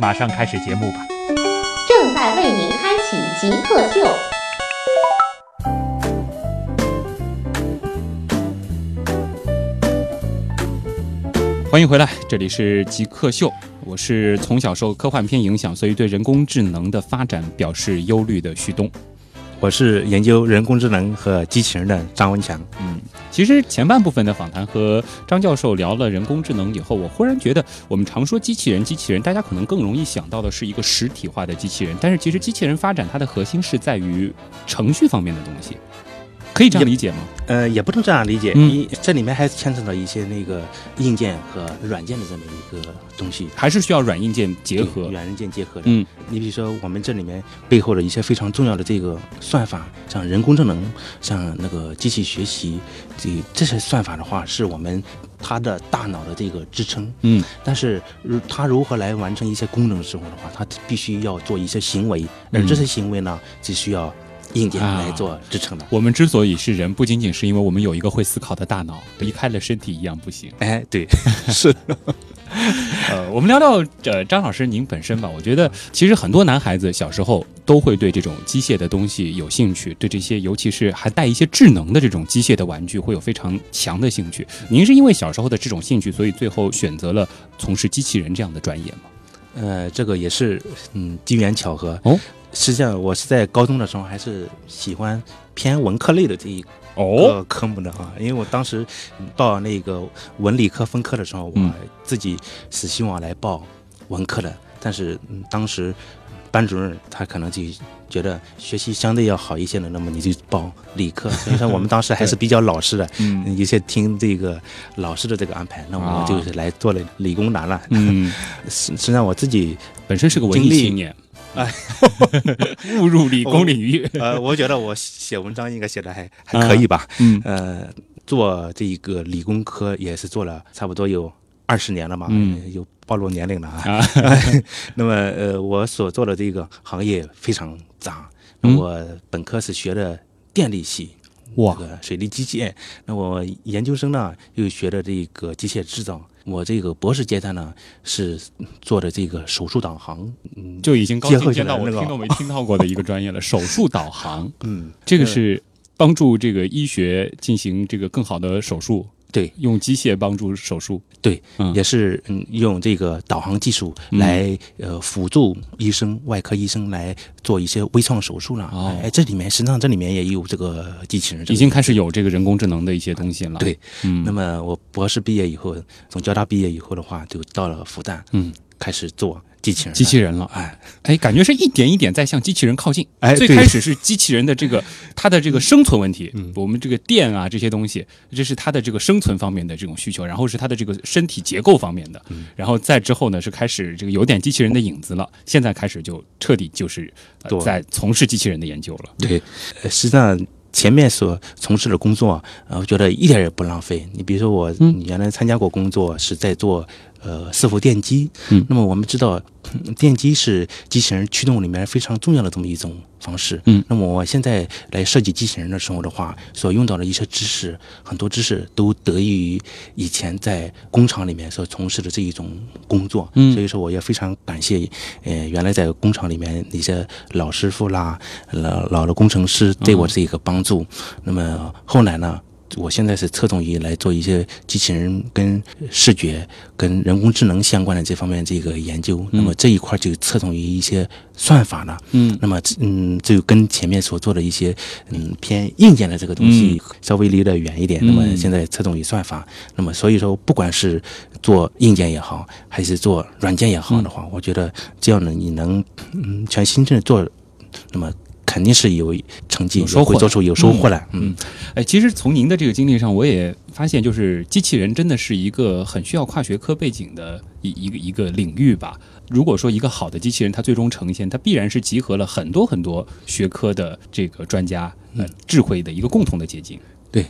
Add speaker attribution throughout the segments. Speaker 1: 马上开始节目吧。
Speaker 2: 正在为您开启极客秀。
Speaker 3: 欢迎回来，这里是极客秀，我是从小受科幻片影响，所以对人工智能的发展表示忧虑的旭东。
Speaker 4: 我是研究人工智能和机器人的张文强。
Speaker 3: 其实前半部分的访谈和张教授聊了人工智能以后，我忽然觉得，我们常说机器人，机器人，大家可能更容易想到的是一个实体化的机器人，但是其实机器人发展它的核心是在于程序方面的东西，可以这样理解吗？
Speaker 4: 呃，也不能这样理解，
Speaker 3: 嗯
Speaker 4: 一这里面还牵扯到一些那个硬件和软件的这么一个东西
Speaker 3: 还是需要软硬件结合
Speaker 4: 对？软硬件结合的。
Speaker 3: 嗯，
Speaker 4: 你比如说我们这里面背后的一些非常重要的这个算法，像人工智能，像那个机器学习，这这些算法的话，是我们它的大脑的这个支撑。
Speaker 3: 嗯，
Speaker 4: 但是如它如何来完成一些功能的时候的话，它必须要做一些行为，而
Speaker 3: 嗯
Speaker 4: 这些行为呢，只需要硬件
Speaker 3: 啊
Speaker 4: 来做支撑的。
Speaker 3: 我们之所以是人，不仅仅是因为我们有一个会思考的大脑，离开了身体一样不行。
Speaker 4: 哎，对，是
Speaker 3: 呃，我们聊聊呃张老师您本身吧。我觉得其实很多男孩子小时候都会对这种机械的东西有兴趣，对这些尤其是还带一些智能的这种机械的玩具会有非常强的兴趣。您是因为小时候的这种兴趣，所以最后选择了从事机器人这样的专业吗？
Speaker 4: 呃，这个也是，嗯，机缘巧合。
Speaker 3: 哦，
Speaker 4: 实际上我是在高中的时候还是喜欢偏文科类的这一
Speaker 3: 哦，
Speaker 4: 个科目的哈，因为我当时嗯报那个文理科分科的时候，
Speaker 3: 嗯
Speaker 4: 我自己是希望来报文科的，但是、嗯、当时班主任他可能就觉得学习相对要好一些的，那么你就报理科。所以说我们当时还是比较老实的，
Speaker 3: 嗯
Speaker 4: 有些听这个老师的这个安排，那
Speaker 3: 啊
Speaker 4: 我就是来做了理工男了。
Speaker 3: 嗯，
Speaker 4: 实实际上我自己
Speaker 3: 本身是个文艺
Speaker 4: 经历
Speaker 3: 青年，哎，误入理工领域，
Speaker 4: 呃，我觉得我写文章应该写的还还可以吧。
Speaker 3: 嗯
Speaker 4: 呃，做这一个理工科也是做了差不多有二十年了嘛，
Speaker 3: 嗯
Speaker 4: 呃有暴露年龄了啊。
Speaker 3: 啊，
Speaker 4: 那么呃，我所做的这个行业非常杂。
Speaker 3: 嗯
Speaker 4: 那我本科是学的电力系，
Speaker 3: 哇
Speaker 4: 这，个水利机械。那我研究生呢又学的这个机械制造。我这个博士阶段呢是做的这个手术导航，嗯，
Speaker 3: 就已经高
Speaker 4: 结
Speaker 3: 兴
Speaker 4: 合起
Speaker 3: 见到
Speaker 4: 来
Speaker 3: 我
Speaker 4: 那个
Speaker 3: 听都没听到过的一个专业了，手术导航。
Speaker 4: 嗯，
Speaker 3: 这个是帮助这个医学进行这个更好的手术，
Speaker 4: 对，
Speaker 3: 用机械帮助手术。
Speaker 4: 对，
Speaker 3: 嗯
Speaker 4: 也是嗯用这个导航技术来、呃辅助医生、外科医生来做一些微创手术了。
Speaker 3: 哦
Speaker 4: 哎，这里面实际上这里面也有这个机器人这个。
Speaker 3: 已经开始有这个人工智能的一些东西了。
Speaker 4: 对，
Speaker 3: 嗯，
Speaker 4: 那么我博士毕业以后，从交大毕业以后的话，就到了复旦，
Speaker 3: 嗯，
Speaker 4: 开始做机器人了。
Speaker 3: 机器人了，
Speaker 4: 哎
Speaker 3: 哎，感觉是一点一点在向机器人靠近。
Speaker 4: 哎
Speaker 3: 最
Speaker 4: 对
Speaker 3: 开始是机器人的 这个它的这个生存问题，
Speaker 4: 嗯
Speaker 3: 我们这个电啊这些东西，这是它的这个生存方面的这种需求，然后是它的这个身体结构方面的，
Speaker 4: 嗯
Speaker 3: 然后再之后呢是开始这个有点机器人的影子了，现在开始就彻底就是、呃
Speaker 4: 对
Speaker 3: 在从事机器人的研究了。
Speaker 4: 对，呃实际上前面所从事的工作，呃，我觉得一点也不浪费。你比如说我
Speaker 3: 嗯
Speaker 4: 原来参加过工作是在做呃伺服电机，
Speaker 3: 嗯
Speaker 4: 那么我们知道嗯电机是机器人驱动里面非常重要的这么一种方式，
Speaker 3: 嗯，
Speaker 4: 那么我现在来设计机器人的时候的话，所用到的一些知识，很多知识都得益于以前在工厂里面所从事的这一种工作，
Speaker 3: 嗯
Speaker 4: 所以说我也非常感谢，呃，原来在工厂里面那些老师傅啦，老老的工程师对我这一个帮助。那么后来呢，我现在是侧重于来做一些机器人跟视觉、跟人工智能相关的这方面这个研究。那么这一块就侧重于一些算法了。
Speaker 3: 嗯
Speaker 4: 那么这嗯，就跟前面所做的一些嗯偏硬件的这个东西稍微离得远一点。那么
Speaker 3: 嗯
Speaker 4: 现在侧重于算法。那么所以说，不管是做硬件也好，还是做嗯软件也好的话，我觉得只要能你能嗯全心的做，那么。肯定是有成绩，
Speaker 3: 有收
Speaker 4: 也会
Speaker 3: 获
Speaker 4: 做出有收获来。嗯
Speaker 3: 嗯哎，其实从您的这个经历上，我也发现，就是机器人真的是一个很需要跨学科背景的一一个一个领域吧。如果说一个好的机器人，它最终呈现，它必然是集合了很多很多学科的这个专家呃智慧的一个共同的结晶。
Speaker 4: 对，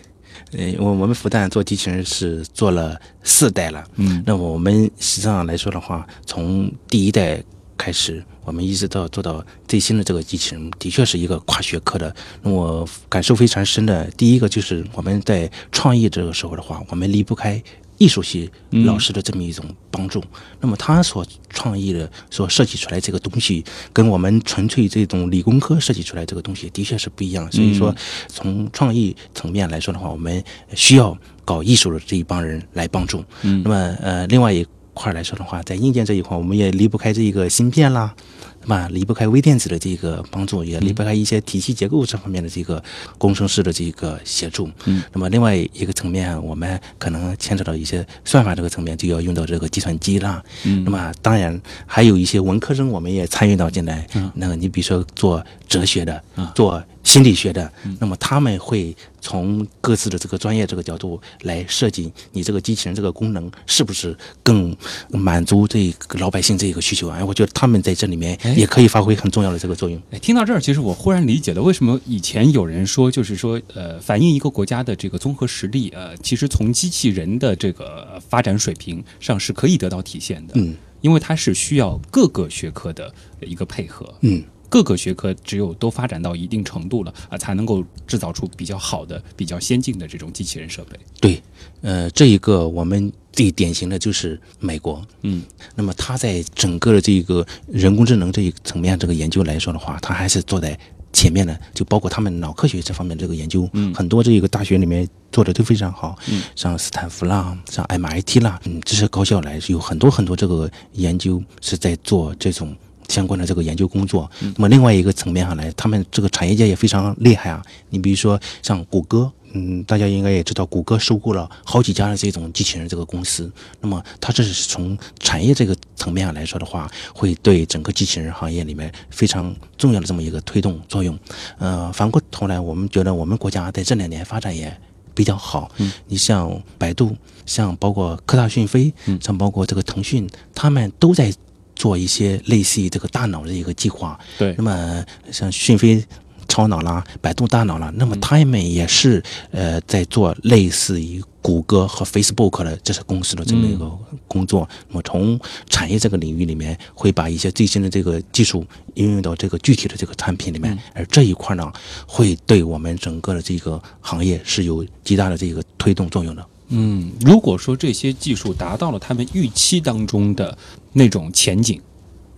Speaker 4: 呃，我我们复旦做机器人是做了四代了。
Speaker 3: 嗯
Speaker 4: 那么我们实际上来说的话，从第一代开始，我们一直到做到最新的这个机器人，的确是一个跨学科的。那我感受非常深的，第一个就是我们在创业这个时候的话，我们离不开。艺术系老师的这么一种帮助，那么他所创意的、所设计出来这个东西，跟我们纯粹这种理工科设计出来这个东西的确是不一样。所以说，从创意层面来说的话，我们需要搞艺术的这一帮人来帮助。那么呃，另外一块儿来说的话，在硬件这一块，我们也离不开这一个芯片啦，对吧？离不开微电子的这个帮助，也离不开一些体系结构这方面的这个工程师的这个协助。嗯，那么另外一个层面，我们可能牵扯到一些算法这个层面，就要用到这个计算机啦。嗯，那么当然还有一些文科生，我们也参与到进来。嗯，那个你比如说做哲学的，做心理学的，那么他们会从各自的这个专业这个角度来设计你这个机器人这个功能是不是更满足这个老百姓这个需求？哎，我觉得他们在这里面
Speaker 3: 哎
Speaker 4: 也可以发挥很重要的这个作用。
Speaker 3: 哎，听到这儿，其实我忽然理解了为什么以前有人说，就是说，呃，反映一个国家的这个综合实力，呃，其实从机器人的这个呃发展水平上是可以得到体现的。
Speaker 4: 嗯，
Speaker 3: 因为它是需要各个学科的一个配合。
Speaker 4: 嗯，
Speaker 3: 各个学科只有都发展到一定程度了啊，才能够制造出比较好的、比较先进的这种机器人设备。
Speaker 4: 对，呃，这一个我们最典型的就是美国，
Speaker 3: 嗯，
Speaker 4: 那么它在整个的这个人工智能这一层面这个研究来说的话，它还是坐在前面的，就包括他们脑科学这方面这个研究，嗯、很多这个大学里面做的都非常好，嗯、像斯坦福啦，像 MIT 啦，嗯，这些高校来有很多很多这个研究是在做这种。相关的这个研究工作，那么另外一个层面上来，他们这个产业界也非常厉害啊。你比如说像谷歌，嗯，大家应该也知道，谷歌收购了好几家的这种机器人这个公司。那么它这是从产业这个层面上来说的话，会对整个机器人行业里面非常重要的这么一个推动作用。呃，反过头来，我们觉得我们国家在这两年发展也。比较好，你像百度，像包括科大讯飞，像包括这个腾讯，他们都在做一些类似于这个大脑的一个计划。
Speaker 3: 对
Speaker 4: 那么像讯飞超脑啦、百度大脑啦，那么他们也是呃在做类似于谷歌和 Facebook 的这些公司的这么一个工作。那么从产业这个领域里面，会把一些最新的这个技术应用到这个具体的这个产品里面，而这一块呢，会对我们整个的这个行业是有极大的这个推动作用的。
Speaker 3: 嗯，如果说这些技术达到了他们预期当中的那种前景，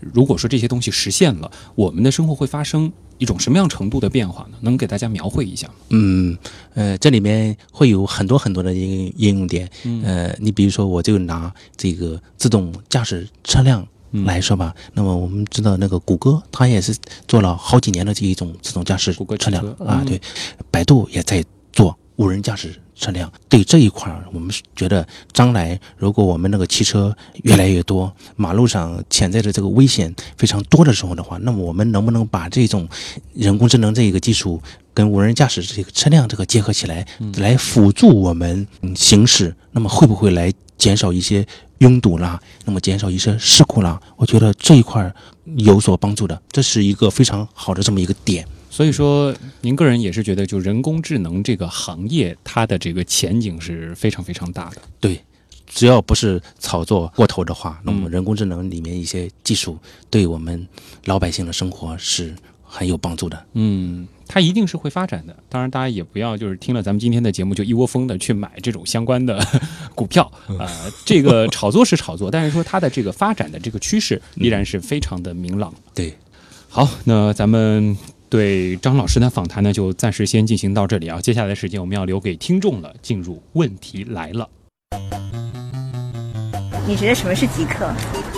Speaker 3: 如果说这些东西实现了，我们的生活会发生一种什么样程度的变化呢？能给大家描绘一下吗？
Speaker 4: 嗯，呃，这里面会有很多很多的应应用点。
Speaker 3: 嗯
Speaker 4: 呃，你比如说，我就拿这个自动驾驶车辆来说吧。
Speaker 3: 嗯
Speaker 4: 那么我们知道，那个谷歌它也是做了好几年的这一种自动驾驶
Speaker 3: 谷歌汽
Speaker 4: 车辆
Speaker 3: 车
Speaker 4: 啊，
Speaker 3: 嗯
Speaker 4: 对，百度也在做无人驾驶车辆。对这一块儿，我们是觉得将来如果我们那个汽车越来越多，马路上潜在的这个危险非常多的时候的话，那么我们能不能把这种人工智能这一个技术跟无人驾驶这个车辆这个结合起来，来辅助我们嗯行驶？那么会不会来减少一些拥堵啦？那么减少一些事故啦？我觉得这一块儿有所帮助的，这是一个非常好的这么一个点。
Speaker 3: 所以说，您个人也是觉得，就人工智能这个行业，它的这个前景是非常非常大的。
Speaker 4: 对，只要不是炒作过头的话，那么人工智能里面一些技术对我们老百姓的生活是很有帮助的。
Speaker 3: 嗯，它一定是会发展的。当然，大家也不要就是听了咱们今天的节目就一窝蜂的去买这种相关的 股票啊、呃这个炒作是炒作，但是说它的这个发展的这个趋势依然是非常的明 朗。
Speaker 4: 对，
Speaker 3: 好，那咱们对张老师的访谈呢，就暂时先进行到这里啊。接下来的时间我们要留给听众了，进入问题来了。
Speaker 5: 你觉得什么是极客？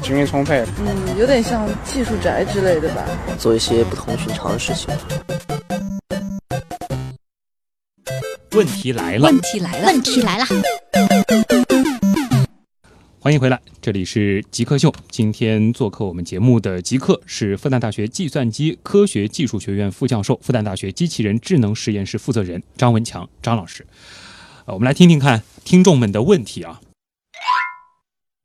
Speaker 5: 精力充沛。
Speaker 6: 嗯，有点像技术宅之类的吧。
Speaker 7: 做一些不同寻常的事情。
Speaker 3: 问题来了，
Speaker 8: 问题来了，
Speaker 9: 问题来了。
Speaker 3: 欢迎回来，这里是极客秀。今天做客我们节目的极客是复旦大学计算机科学技术学院副教授、复旦大学机器人智能实验室负责人张文强张老师。呃，我们来听听看听众们的问题啊。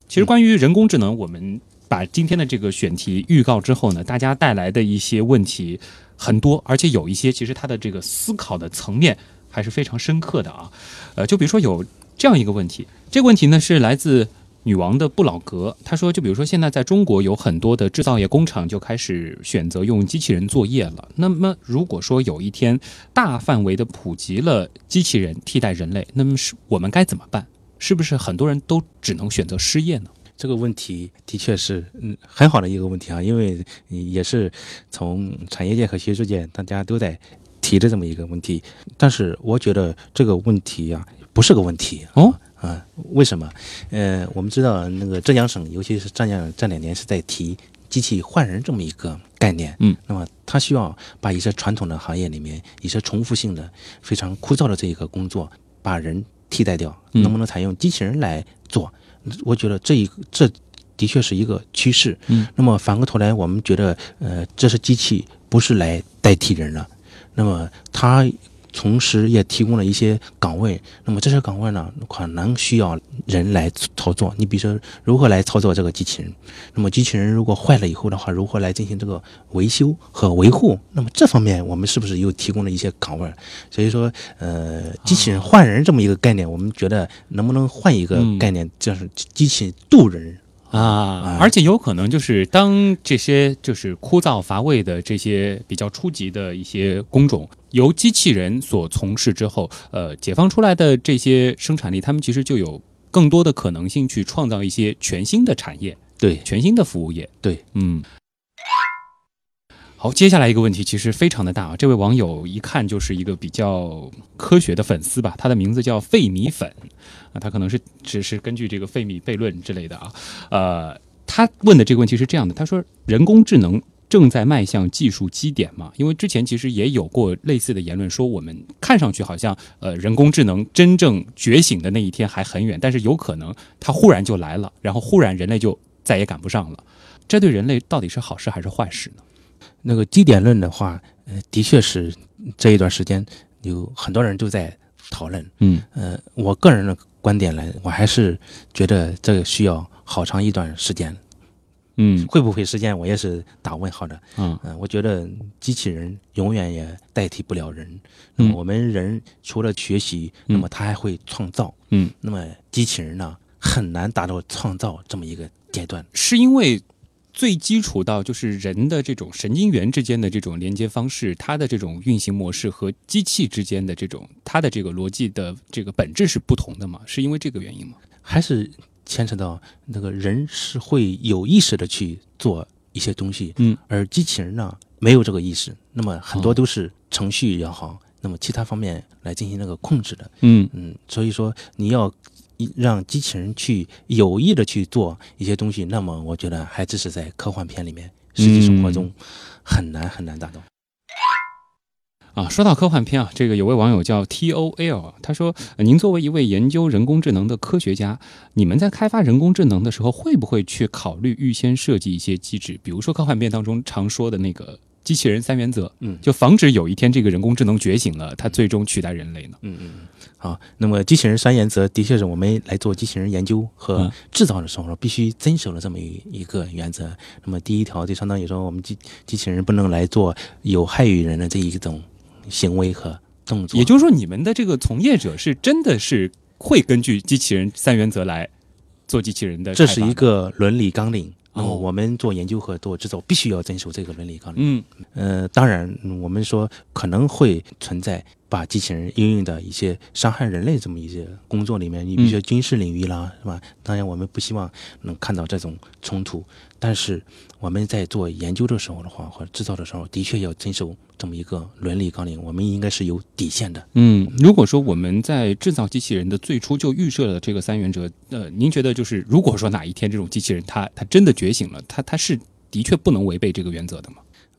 Speaker 3: 其实关于人工智能，我们把今天的这个选题预告之后呢，大家带来的一些问题很多，而且有一些其实它的这个思考的层面还是非常深刻的啊。呃，就比如说有这样一个问题，这个问题呢是来自。女王的布老格，他说，就比如说现在在中国有很多的制造业工厂就开始选择用机器人作业了。那么，如果说有一天大范围的普及了机器人替代人类，那么是我们该怎么办？是不是很多人都只能选择失业呢？
Speaker 4: 这个问题的确是嗯很好的一个问题啊，因为也是从产业界和学术界大家都在提的这么一个问题。但是我觉得这个问题啊不是个问题、啊、
Speaker 3: 哦。
Speaker 4: 啊，为什么？呃，我们知道那个浙江省，尤其是浙江这两年是在提机器换人这么一个概念。
Speaker 3: 嗯，
Speaker 4: 那么它需要把一些传统的行业里面一些重复性的、非常枯燥的这一个工作，把人替代掉，能不能采用机器人来做？嗯、我觉得这一这的确是一个趋势。
Speaker 3: 嗯，
Speaker 4: 那么反过头来，我们觉得，呃，这是机器不是来代替人了，那么它。同时也提供了一些岗位，那么这些岗位呢，可能需要人来操作。你比如说，如何来操作这个机器人？那么机器人如果坏了以后的话，如何来进行这个维修和维护？那么这方面我们是不是又提供了一些岗位？所以说，呃，机器人换人这么一个概念，我们觉得能不能换一个概念，就是机器渡人？
Speaker 3: 啊，而且有可能就是当这些就是枯燥乏味的这些比较初级的一些工种由机器人所从事之后，呃，解放出来的这些生产力，他们其实就有更多的可能性去创造一些全新的产业，
Speaker 4: 对，
Speaker 3: 全新的服务业，
Speaker 4: 对，
Speaker 3: 嗯。好，接下来一个问题其实非常的大啊！这位网友一看就是一个比较科学的粉丝吧，他的名字叫费米粉啊，他可能是只是根据这个费米悖论之类的啊。呃，他问的这个问题是这样的，他说：人工智能正在迈向技术基点嘛？因为之前其实也有过类似的言论，说我们看上去好像呃人工智能真正觉醒的那一天还很远，但是有可能它忽然就来了，然后忽然人类就再也赶不上了。这对人类到底是好事还是坏事呢？
Speaker 4: 那个基点论的话，呃，的确是这一段时间有很多人都在讨论。
Speaker 3: 嗯，
Speaker 4: 呃，我个人的观点来，我还是觉得这个需要好长一段时间。
Speaker 3: 嗯，
Speaker 4: 会不会实现，我也是打问号的。
Speaker 3: 嗯、
Speaker 4: 呃，我觉得机器人永远也代替不了人。那
Speaker 3: 嗯
Speaker 4: 么我们人除了学习，那么他还会创造。
Speaker 3: 嗯，
Speaker 4: 那么机器人呢，很难达到创造这么一个阶段，
Speaker 3: 是因为。最基础到就是人的这种神经元之间的这种连接方式，它的这种运行模式和机器之间的这种它的这个逻辑的这个本质是不同的嘛？是因为这个原因吗？
Speaker 4: 还是牵扯到那个人是会有意识的去做一些东西，
Speaker 3: 嗯，哦
Speaker 4: 而机器人呢没有这个意识，那么很多都是程序也好，嗯、那么其他方面来进行那个控制的，
Speaker 3: 嗯
Speaker 4: 嗯，所以说你要。让机器人去有意的去做一些东西，那么我觉得还只是在科幻片里面，实际生活中
Speaker 3: 嗯
Speaker 4: 很难很难达到。
Speaker 3: 啊，说到科幻片啊，这个有位网友叫 T O L，他啊说：“呃您作为一位研究人工智能的科学家，你们在开发人工智能的时候，会不会去考虑预先设计一些机制？比如说科幻片当中常说的那个机器人三原则，
Speaker 4: 嗯，
Speaker 3: 就防止有一天这个人工智能觉醒了，它最终取代人类呢？”
Speaker 4: 嗯嗯。好，那么机器人三原则的确是我们来做机器人研究和制造的时候、嗯、必须遵守的这么一一个原则。那么第一条就相当于说，我们机机器人不能来做有害于人的这一种。行为和动作，
Speaker 3: 也就是说，你们的这个从业者是真的是会根据机器人三原则来做机器人的，哦
Speaker 4: 这是一个伦理纲领那么我们做研究和做制造必须要遵守这个伦理纲
Speaker 3: 领。
Speaker 4: 嗯，呃，当然嗯我们说可能会存在把机器人应用的一些伤害人类这么一些工作里面，你比如说军事领域啦，是吧？当然我们不希望能看到这种冲突，但是我们在做研究的时候的话，或者制造的时候，的确要遵守这么一个伦理纲领，我们应该是有底线的。
Speaker 3: 嗯，如果说我们在制造机器人的最初就预设了这个三原则，呃，您觉得就是如果说哪一天这种机器人它它真的觉醒了，它它是的确不能违背这个原则的吗？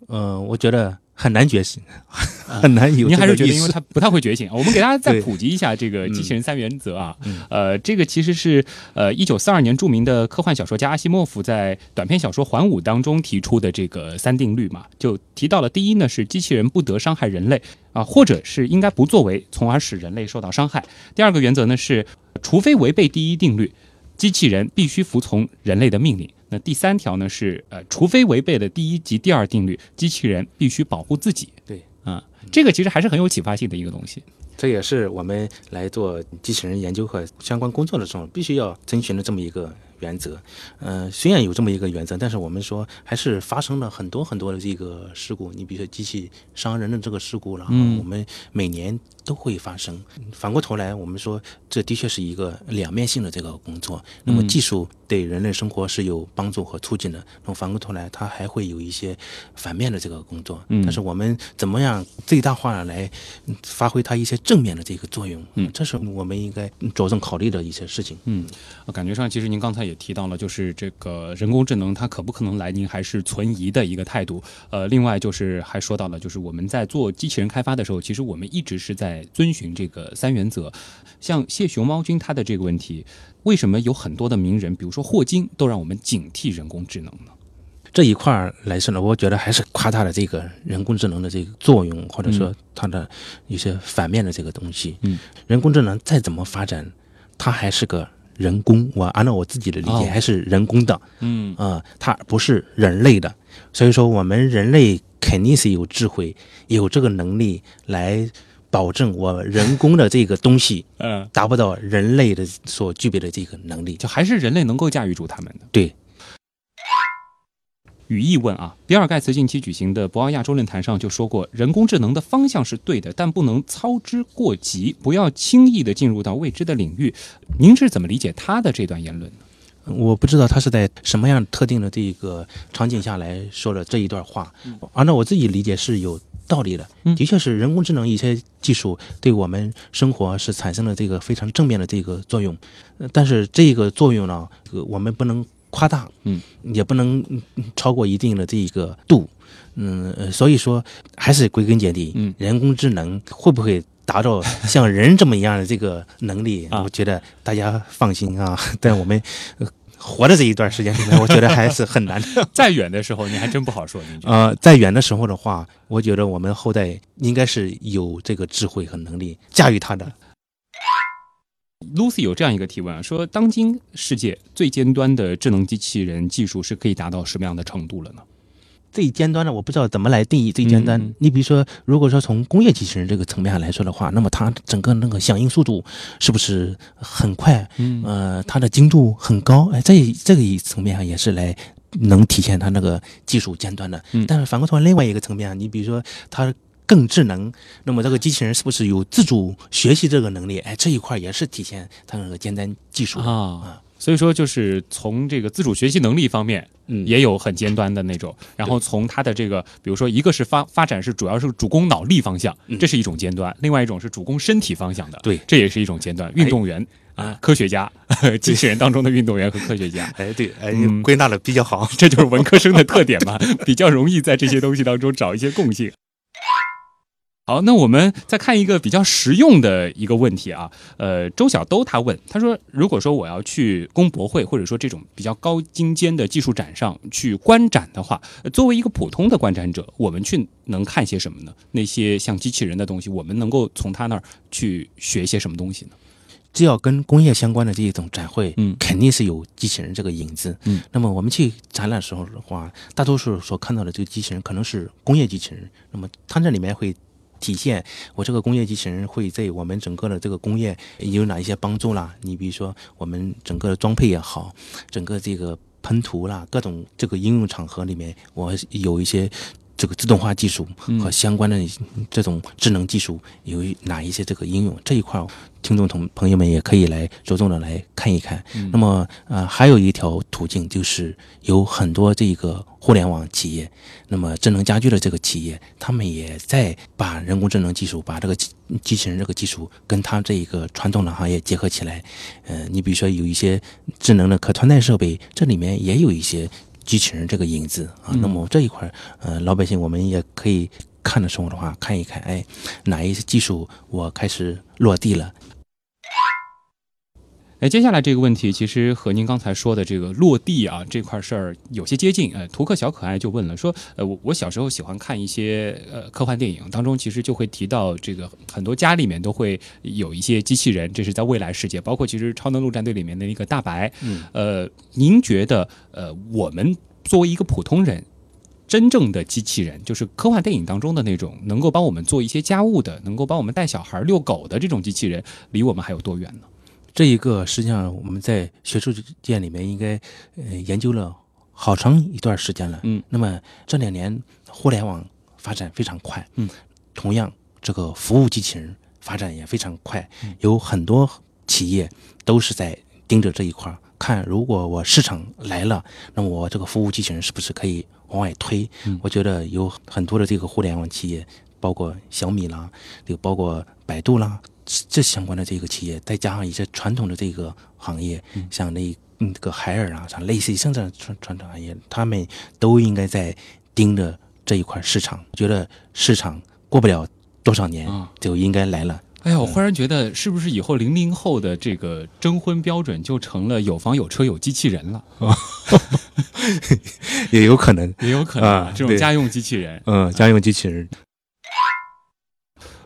Speaker 4: 呃，我觉得很难觉 醒，很难有这个意识。嗯
Speaker 3: 啊您还是觉得因为它不太会觉醒？啊我们给大家再普及一下这个机器人三原则啊，呃，这个其实是呃一九四二年著名的科幻小说家阿西莫夫在短篇小说《环五》当中提出的这个三定律嘛，就提到了第一呢是机器人不得伤害人类啊、或者是应该不作为，从而使人类受到伤害。第二个原则呢是，除非违背第一定律，机器人必须服从人类的命令。那第三条呢是，呃，除非违背了第一及第二定律，机器人必须保护自己。
Speaker 4: 对，
Speaker 3: 啊、这个其实还是很有启发性的一个东西。
Speaker 4: 这也是我们来做机器人研究和相关工作的时候必须要遵循的这么一个原则。呃，虽然有这么一个原则，但是我们说还是发生了很多很多的这个事故。你比如说机器伤人的这个事故了，
Speaker 3: 嗯
Speaker 4: 我们每年都会发生。反过头来，我们说这的确是一个两面性的这个工作。那么
Speaker 3: 嗯
Speaker 4: 技术对人类生活是有帮助和促进的，那么反过头来，它还会有一些反面的这个工作。
Speaker 3: 嗯
Speaker 4: 但是我们怎么样最大化地来嗯发挥它一些正面的这个作用？
Speaker 3: 嗯
Speaker 4: 这是我们应该嗯着重考虑的一些事情。
Speaker 3: 嗯，呃感觉上其实您刚才也提到了，就是这个人工智能它可不可能来，您还是存疑的一个态度。呃，另外就是还说到了，就是我们在做机器人开发的时候，其实我们一直是在遵循这个三原则。像谢熊猫君他的这个问题，为什么有很多的名人，比如说霍金，都让我们警惕人工智能呢？
Speaker 4: 这一块儿来说呢，我觉得还是夸大了这个人工智能的这个作用，或者说
Speaker 3: 嗯
Speaker 4: 它的一些反面的这个东西。
Speaker 3: 嗯，
Speaker 4: 人工智能再怎么发展，它还是个人工。我按照我自己的理解，
Speaker 3: 哦
Speaker 4: 还是人工的。
Speaker 3: 嗯
Speaker 4: 啊、它不是人类的，所以说我们人类肯定是有智慧，有这个能力来保证我人工的这个东西
Speaker 3: 嗯，
Speaker 4: 达不到人类的所具备的这个能力。
Speaker 3: 就还是人类能够驾驭住他们的。
Speaker 4: 对，
Speaker 3: 语义问啊，比尔盖茨近期举行的博鳌亚洲论坛上就说过，人工智能的方向是对的，但不能操之过急，不要轻易的进入到未知的领域。您是怎么理解他的这段言论呢？
Speaker 4: 我不知道他是在什么样特定的这个场景下来说了这一段话。
Speaker 3: 嗯
Speaker 4: 按照我自己理解是有道理的，的确是人工智能一些技术对我们生活是产生了这个非常正面的这个作用，呃但是这个作用呢，呃我们不能夸大，
Speaker 3: 嗯，
Speaker 4: 也不能嗯嗯超过一定的这个度，嗯，呃所以说还是归根结底，
Speaker 3: 嗯
Speaker 4: 人工智能会不会？达到像人这么一样的这个能力，
Speaker 3: 啊
Speaker 4: 我觉得大家放心啊。 在我们呃活的这一段时间里面，我觉得还是很难的。
Speaker 3: 再远的时候，你还真不好说。 您觉得
Speaker 4: 呃，在远的时候的话，我觉得我们后代应该是有这个智慧和能力驾驭它的。
Speaker 3: Lucy 有这样一个提问啊，说当今世界最尖端的智能机器人技术是可以达到什么样的程度了呢？
Speaker 4: 最尖端的，我不知道怎么来定义最尖端。
Speaker 3: 嗯
Speaker 4: 你比如说，如果说从工业机器人这个层面上来说的话，那么它整个那个响应速度是不是很快？
Speaker 3: 嗯
Speaker 4: 呃，它的精度很高，哎，这这个一层面上也是来能体现它那个技术尖端的。
Speaker 3: 嗯
Speaker 4: 但是反过头来另外一个层面啊，你比如说它。更智能，那么这个机器人是不是有自主学习这个能力？哎，这一块也是体现它那个尖端技术的。
Speaker 3: 啊，所以说就是从这个自主学习能力方面，
Speaker 4: 嗯
Speaker 3: 也有很尖端的那种。然后从它的这个，比如说一个是发发展是主要是主攻脑力方向，这是一种尖端；另外一种是主攻身体方向的，
Speaker 4: 嗯对
Speaker 3: 这也是一种尖端。运动员啊，科学家， 机器人当中的运动员和科学家。
Speaker 4: 哎，对，哎
Speaker 3: 嗯
Speaker 4: 归纳的比较好。
Speaker 3: 这就是文科生的特点嘛，比较容易在这些东西当中找一些共性。好，那我们再看一个比较实用的一个问题啊，呃，周小兜他问，他说，如果说我要去工博会或者说这种比较高精尖的技术展上去观展的话，呃作为一个普通的观展者，我们去能看些什么呢？那些像机器人的东西，我们能够从他那儿去学些什么东西呢？
Speaker 4: 只要跟工业相关的这一种展会，
Speaker 3: 嗯
Speaker 4: 肯定是有机器人这个影子。
Speaker 3: 嗯，
Speaker 4: 那么我们去展览时候的话，大多数所看到的这个机器人可能是工业机器人，那么它这里面会。体现我这个工业机器人会对我们整个的这个工业有哪一些帮助啦？你比如说我们整个的装配也好，整个这个喷涂啦，各种这个应用场合里面，我有一些这个自动化技术和相关的这种智能技术有一哪一些这个应用这一块儿，听众同朋友们也可以来着重的来看一看。
Speaker 3: 嗯
Speaker 4: 那么呃，还有一条途径就是有很多这个互联网企业，那么智能家居的这个企业，他们也在把人工智能技术，把这个机机器人这个技术跟它这一个传统的行业结合起来。呃，你比如说有一些智能的可穿戴设备，这里面也有一些机器人这个影子啊。
Speaker 3: 嗯
Speaker 4: 那么这一块儿，呃，老百姓我们也可以看的时候的话，看一看，哎，哪一些技术我开始落地了，
Speaker 3: 哎，接下来这个问题其实和您刚才说的这个落地啊这块事儿有些接近。呃，图克小可爱就问了，说，呃，我我小时候喜欢看一些呃科幻电影，当中其实就会提到这个很多家里面都会有一些机器人，这是在未来世界，包括其实《超能陆战队》里面的那个大白。
Speaker 4: 嗯，
Speaker 3: 呃，您觉得呃我们作为一个普通人，真正的机器人，就是科幻电影当中的那种能够帮我们做一些家务的，能够帮我们带小孩儿、遛狗的这种机器人，离我们还有多远呢？
Speaker 4: 这一个实际上我们在学术界里面应该呃研究了好长一段时间了。
Speaker 3: 嗯，
Speaker 4: 那么这两年互联网发展非常快，
Speaker 3: 嗯，
Speaker 4: 同样这个服务机器人发展也非常快，
Speaker 3: 嗯
Speaker 4: 有很多企业都是在盯着这一块儿，看如果我市场来了，那么我这个服务机器人是不是可以往外推？
Speaker 3: 嗯
Speaker 4: 我觉得有很多的这个互联网企业，包括小米啦，这个包括百度啦，这这相关的这个企业，再加上一些传统的这个行业，像那嗯这个海尔啊，像类似于像这样传传统行业，他们都应该在盯着这一块市场。我觉得市场过不了多少年
Speaker 3: 啊
Speaker 4: 就应该来了。
Speaker 3: 哎呀，我忽然觉得，是不是以后零零后的这个征婚标准就成了有房有车有机器人了？
Speaker 4: 也有可能，
Speaker 3: 也有可能啊
Speaker 4: 啊，
Speaker 3: 这种
Speaker 4: 对
Speaker 3: 家用机器人。
Speaker 4: 嗯，家用机器人，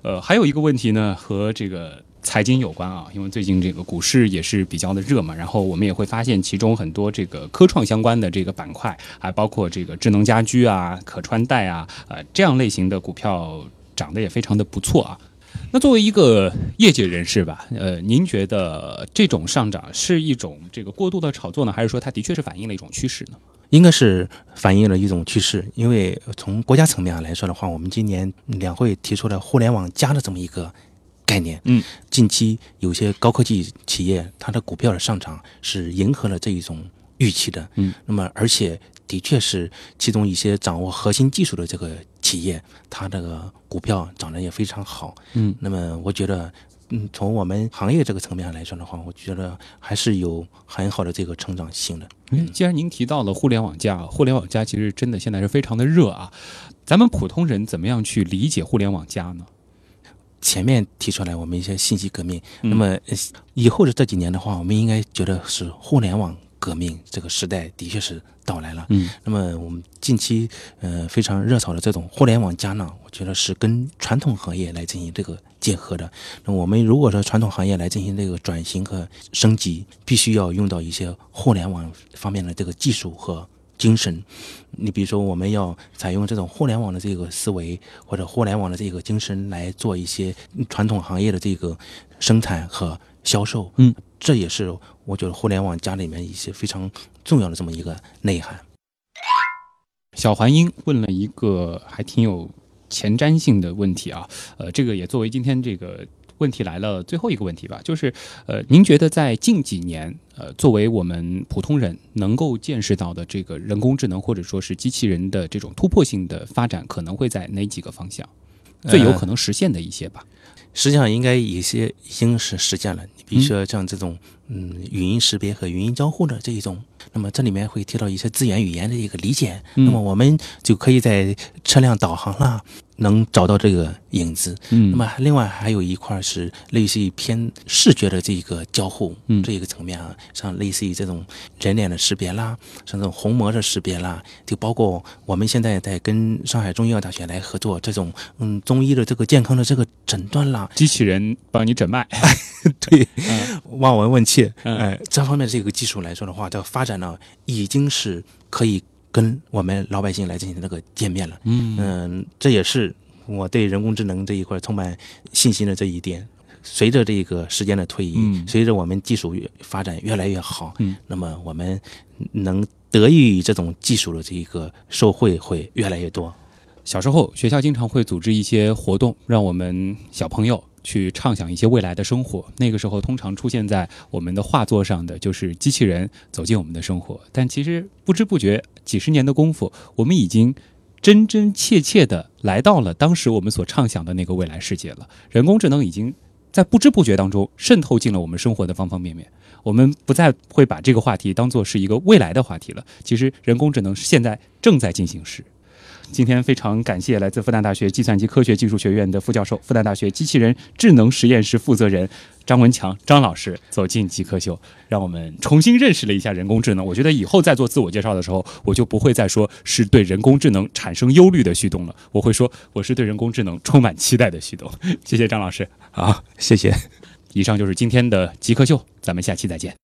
Speaker 3: 呃，还有一个问题呢，和这个财经有关啊，因为最近这个股市也是比较的热嘛，然后我们也会发现其中很多这个科创相关的这个板块，还包括这个智能家居啊、可穿戴啊，呃，这样类型的股票涨得也非常的不错啊。那作为一个业界人士吧，呃，您觉得这种上涨是一种这个过度的炒作呢，还是说它的确是反映了一种趋势呢？
Speaker 4: 应该是反映了一种趋势。因为从国家层面上来说的话，我们今年两会提出了“互联网加”的这么一个概念。
Speaker 3: 嗯，
Speaker 4: 近期有些高科技企业，它的股票的上涨是迎合了这一种预期的。
Speaker 3: 嗯，
Speaker 4: 那么而且的确是其中一些掌握核心技术的这个企业，它这个股票涨得也非常好。
Speaker 3: 嗯
Speaker 4: 那么我觉得，嗯，从我们行业这个层面上来说的话，我觉得还是有很好的这个成长性的。
Speaker 3: 哎既然您提到了互联网加，互联网加其实真的现在是非常的热啊。咱们普通人怎么样去理解互联网加呢？
Speaker 4: 前面提出来我们一些信息革命，
Speaker 3: 嗯
Speaker 4: 那么呃以后的这几年的话，我们应该觉得是互联网革命这个时代的确是到来了。
Speaker 3: 嗯，
Speaker 4: 那么我们近期呃非常热炒的这种互联网加呢，我觉得是跟传统行业来进行这个结合的。那我们如果说传统行业来进行这个转型和升级，必须要用到一些互联网方面的这个技术和精神。你比如说，我们要采用这种互联网的这个思维或者互联网的这个精神来做一些嗯传统行业的这个生产和销售。
Speaker 3: 嗯，
Speaker 4: 这也是我觉得互联网加里面一些非常重要的这么一个内涵。
Speaker 3: 小环英问了一个还挺有前瞻性的问题啊，呃，这个也作为今天这个问题来了最后一个问题吧，就是呃，您觉得在近几年，呃，作为我们普通人能够见识到的这个人工智能或者说是机器人的这种突破性的发展，可能会在哪几个方向？
Speaker 4: 呃
Speaker 3: 最有可能实现的一些吧。
Speaker 4: 实际上应该一些已经是实践了。你比如说像这种嗯语音识别和语音交互的这一种，那么这里面会提到一些自然语言的一个理解，
Speaker 3: 嗯
Speaker 4: 那么我们就可以在车辆导航啦。能找到这个影子，
Speaker 3: 嗯
Speaker 4: 那么另外还有一块是类似于偏视觉的这个交互，
Speaker 3: 嗯
Speaker 4: 这一个层面啊，像类似于这种人脸的识别啦，像这种虹膜的识别啦，就包括我们现在在跟上海中医药大学来合作这种嗯中医的这个健康的这个诊断啦，
Speaker 3: 机器人帮你诊脉，
Speaker 4: 对，
Speaker 3: 嗯
Speaker 4: 望闻问切，
Speaker 3: 嗯
Speaker 4: 哎、这方面这个技术来说的话，这个发展呢，已经是可以跟我们老百姓来进行这个见面了。
Speaker 3: 嗯，
Speaker 4: 嗯，这也是我对人工智能这一块充满信心的这一点。随着这个时间的推移，
Speaker 3: 嗯
Speaker 4: 随着我们技术越发展越来越好，
Speaker 3: 嗯
Speaker 4: 那么我们能得益于这种技术的这一个受惠会越来越多。
Speaker 3: 小时候，学校经常会组织一些活动，让我们小朋友去畅想一些未来的生活。那个时候，通常出现在我们的画作上的就是机器人走进我们的生活。但其实不知不觉，几十年的功夫，我们已经真真切切的来到了当时我们所畅想的那个未来世界了。人工智能已经在不知不觉当中渗透进了我们生活的方方面面。我们不再会把这个话题当做是一个未来的话题了。其实，人工智能现在正在进行时。今天非常感谢来自复旦大学计算机科学技术学院的副教授、复旦大学机器人智能实验室负责人张文强张老师走进极客秀，让我们重新认识了一下人工智能。我觉得以后在做自我介绍的时候，我就不会再说是对人工智能产生忧虑的旭东了，我会说我是对人工智能充满期待的旭东。谢谢张老师，
Speaker 4: 好，谢谢。
Speaker 3: 以上就是今天的极客秀，咱们下期再见。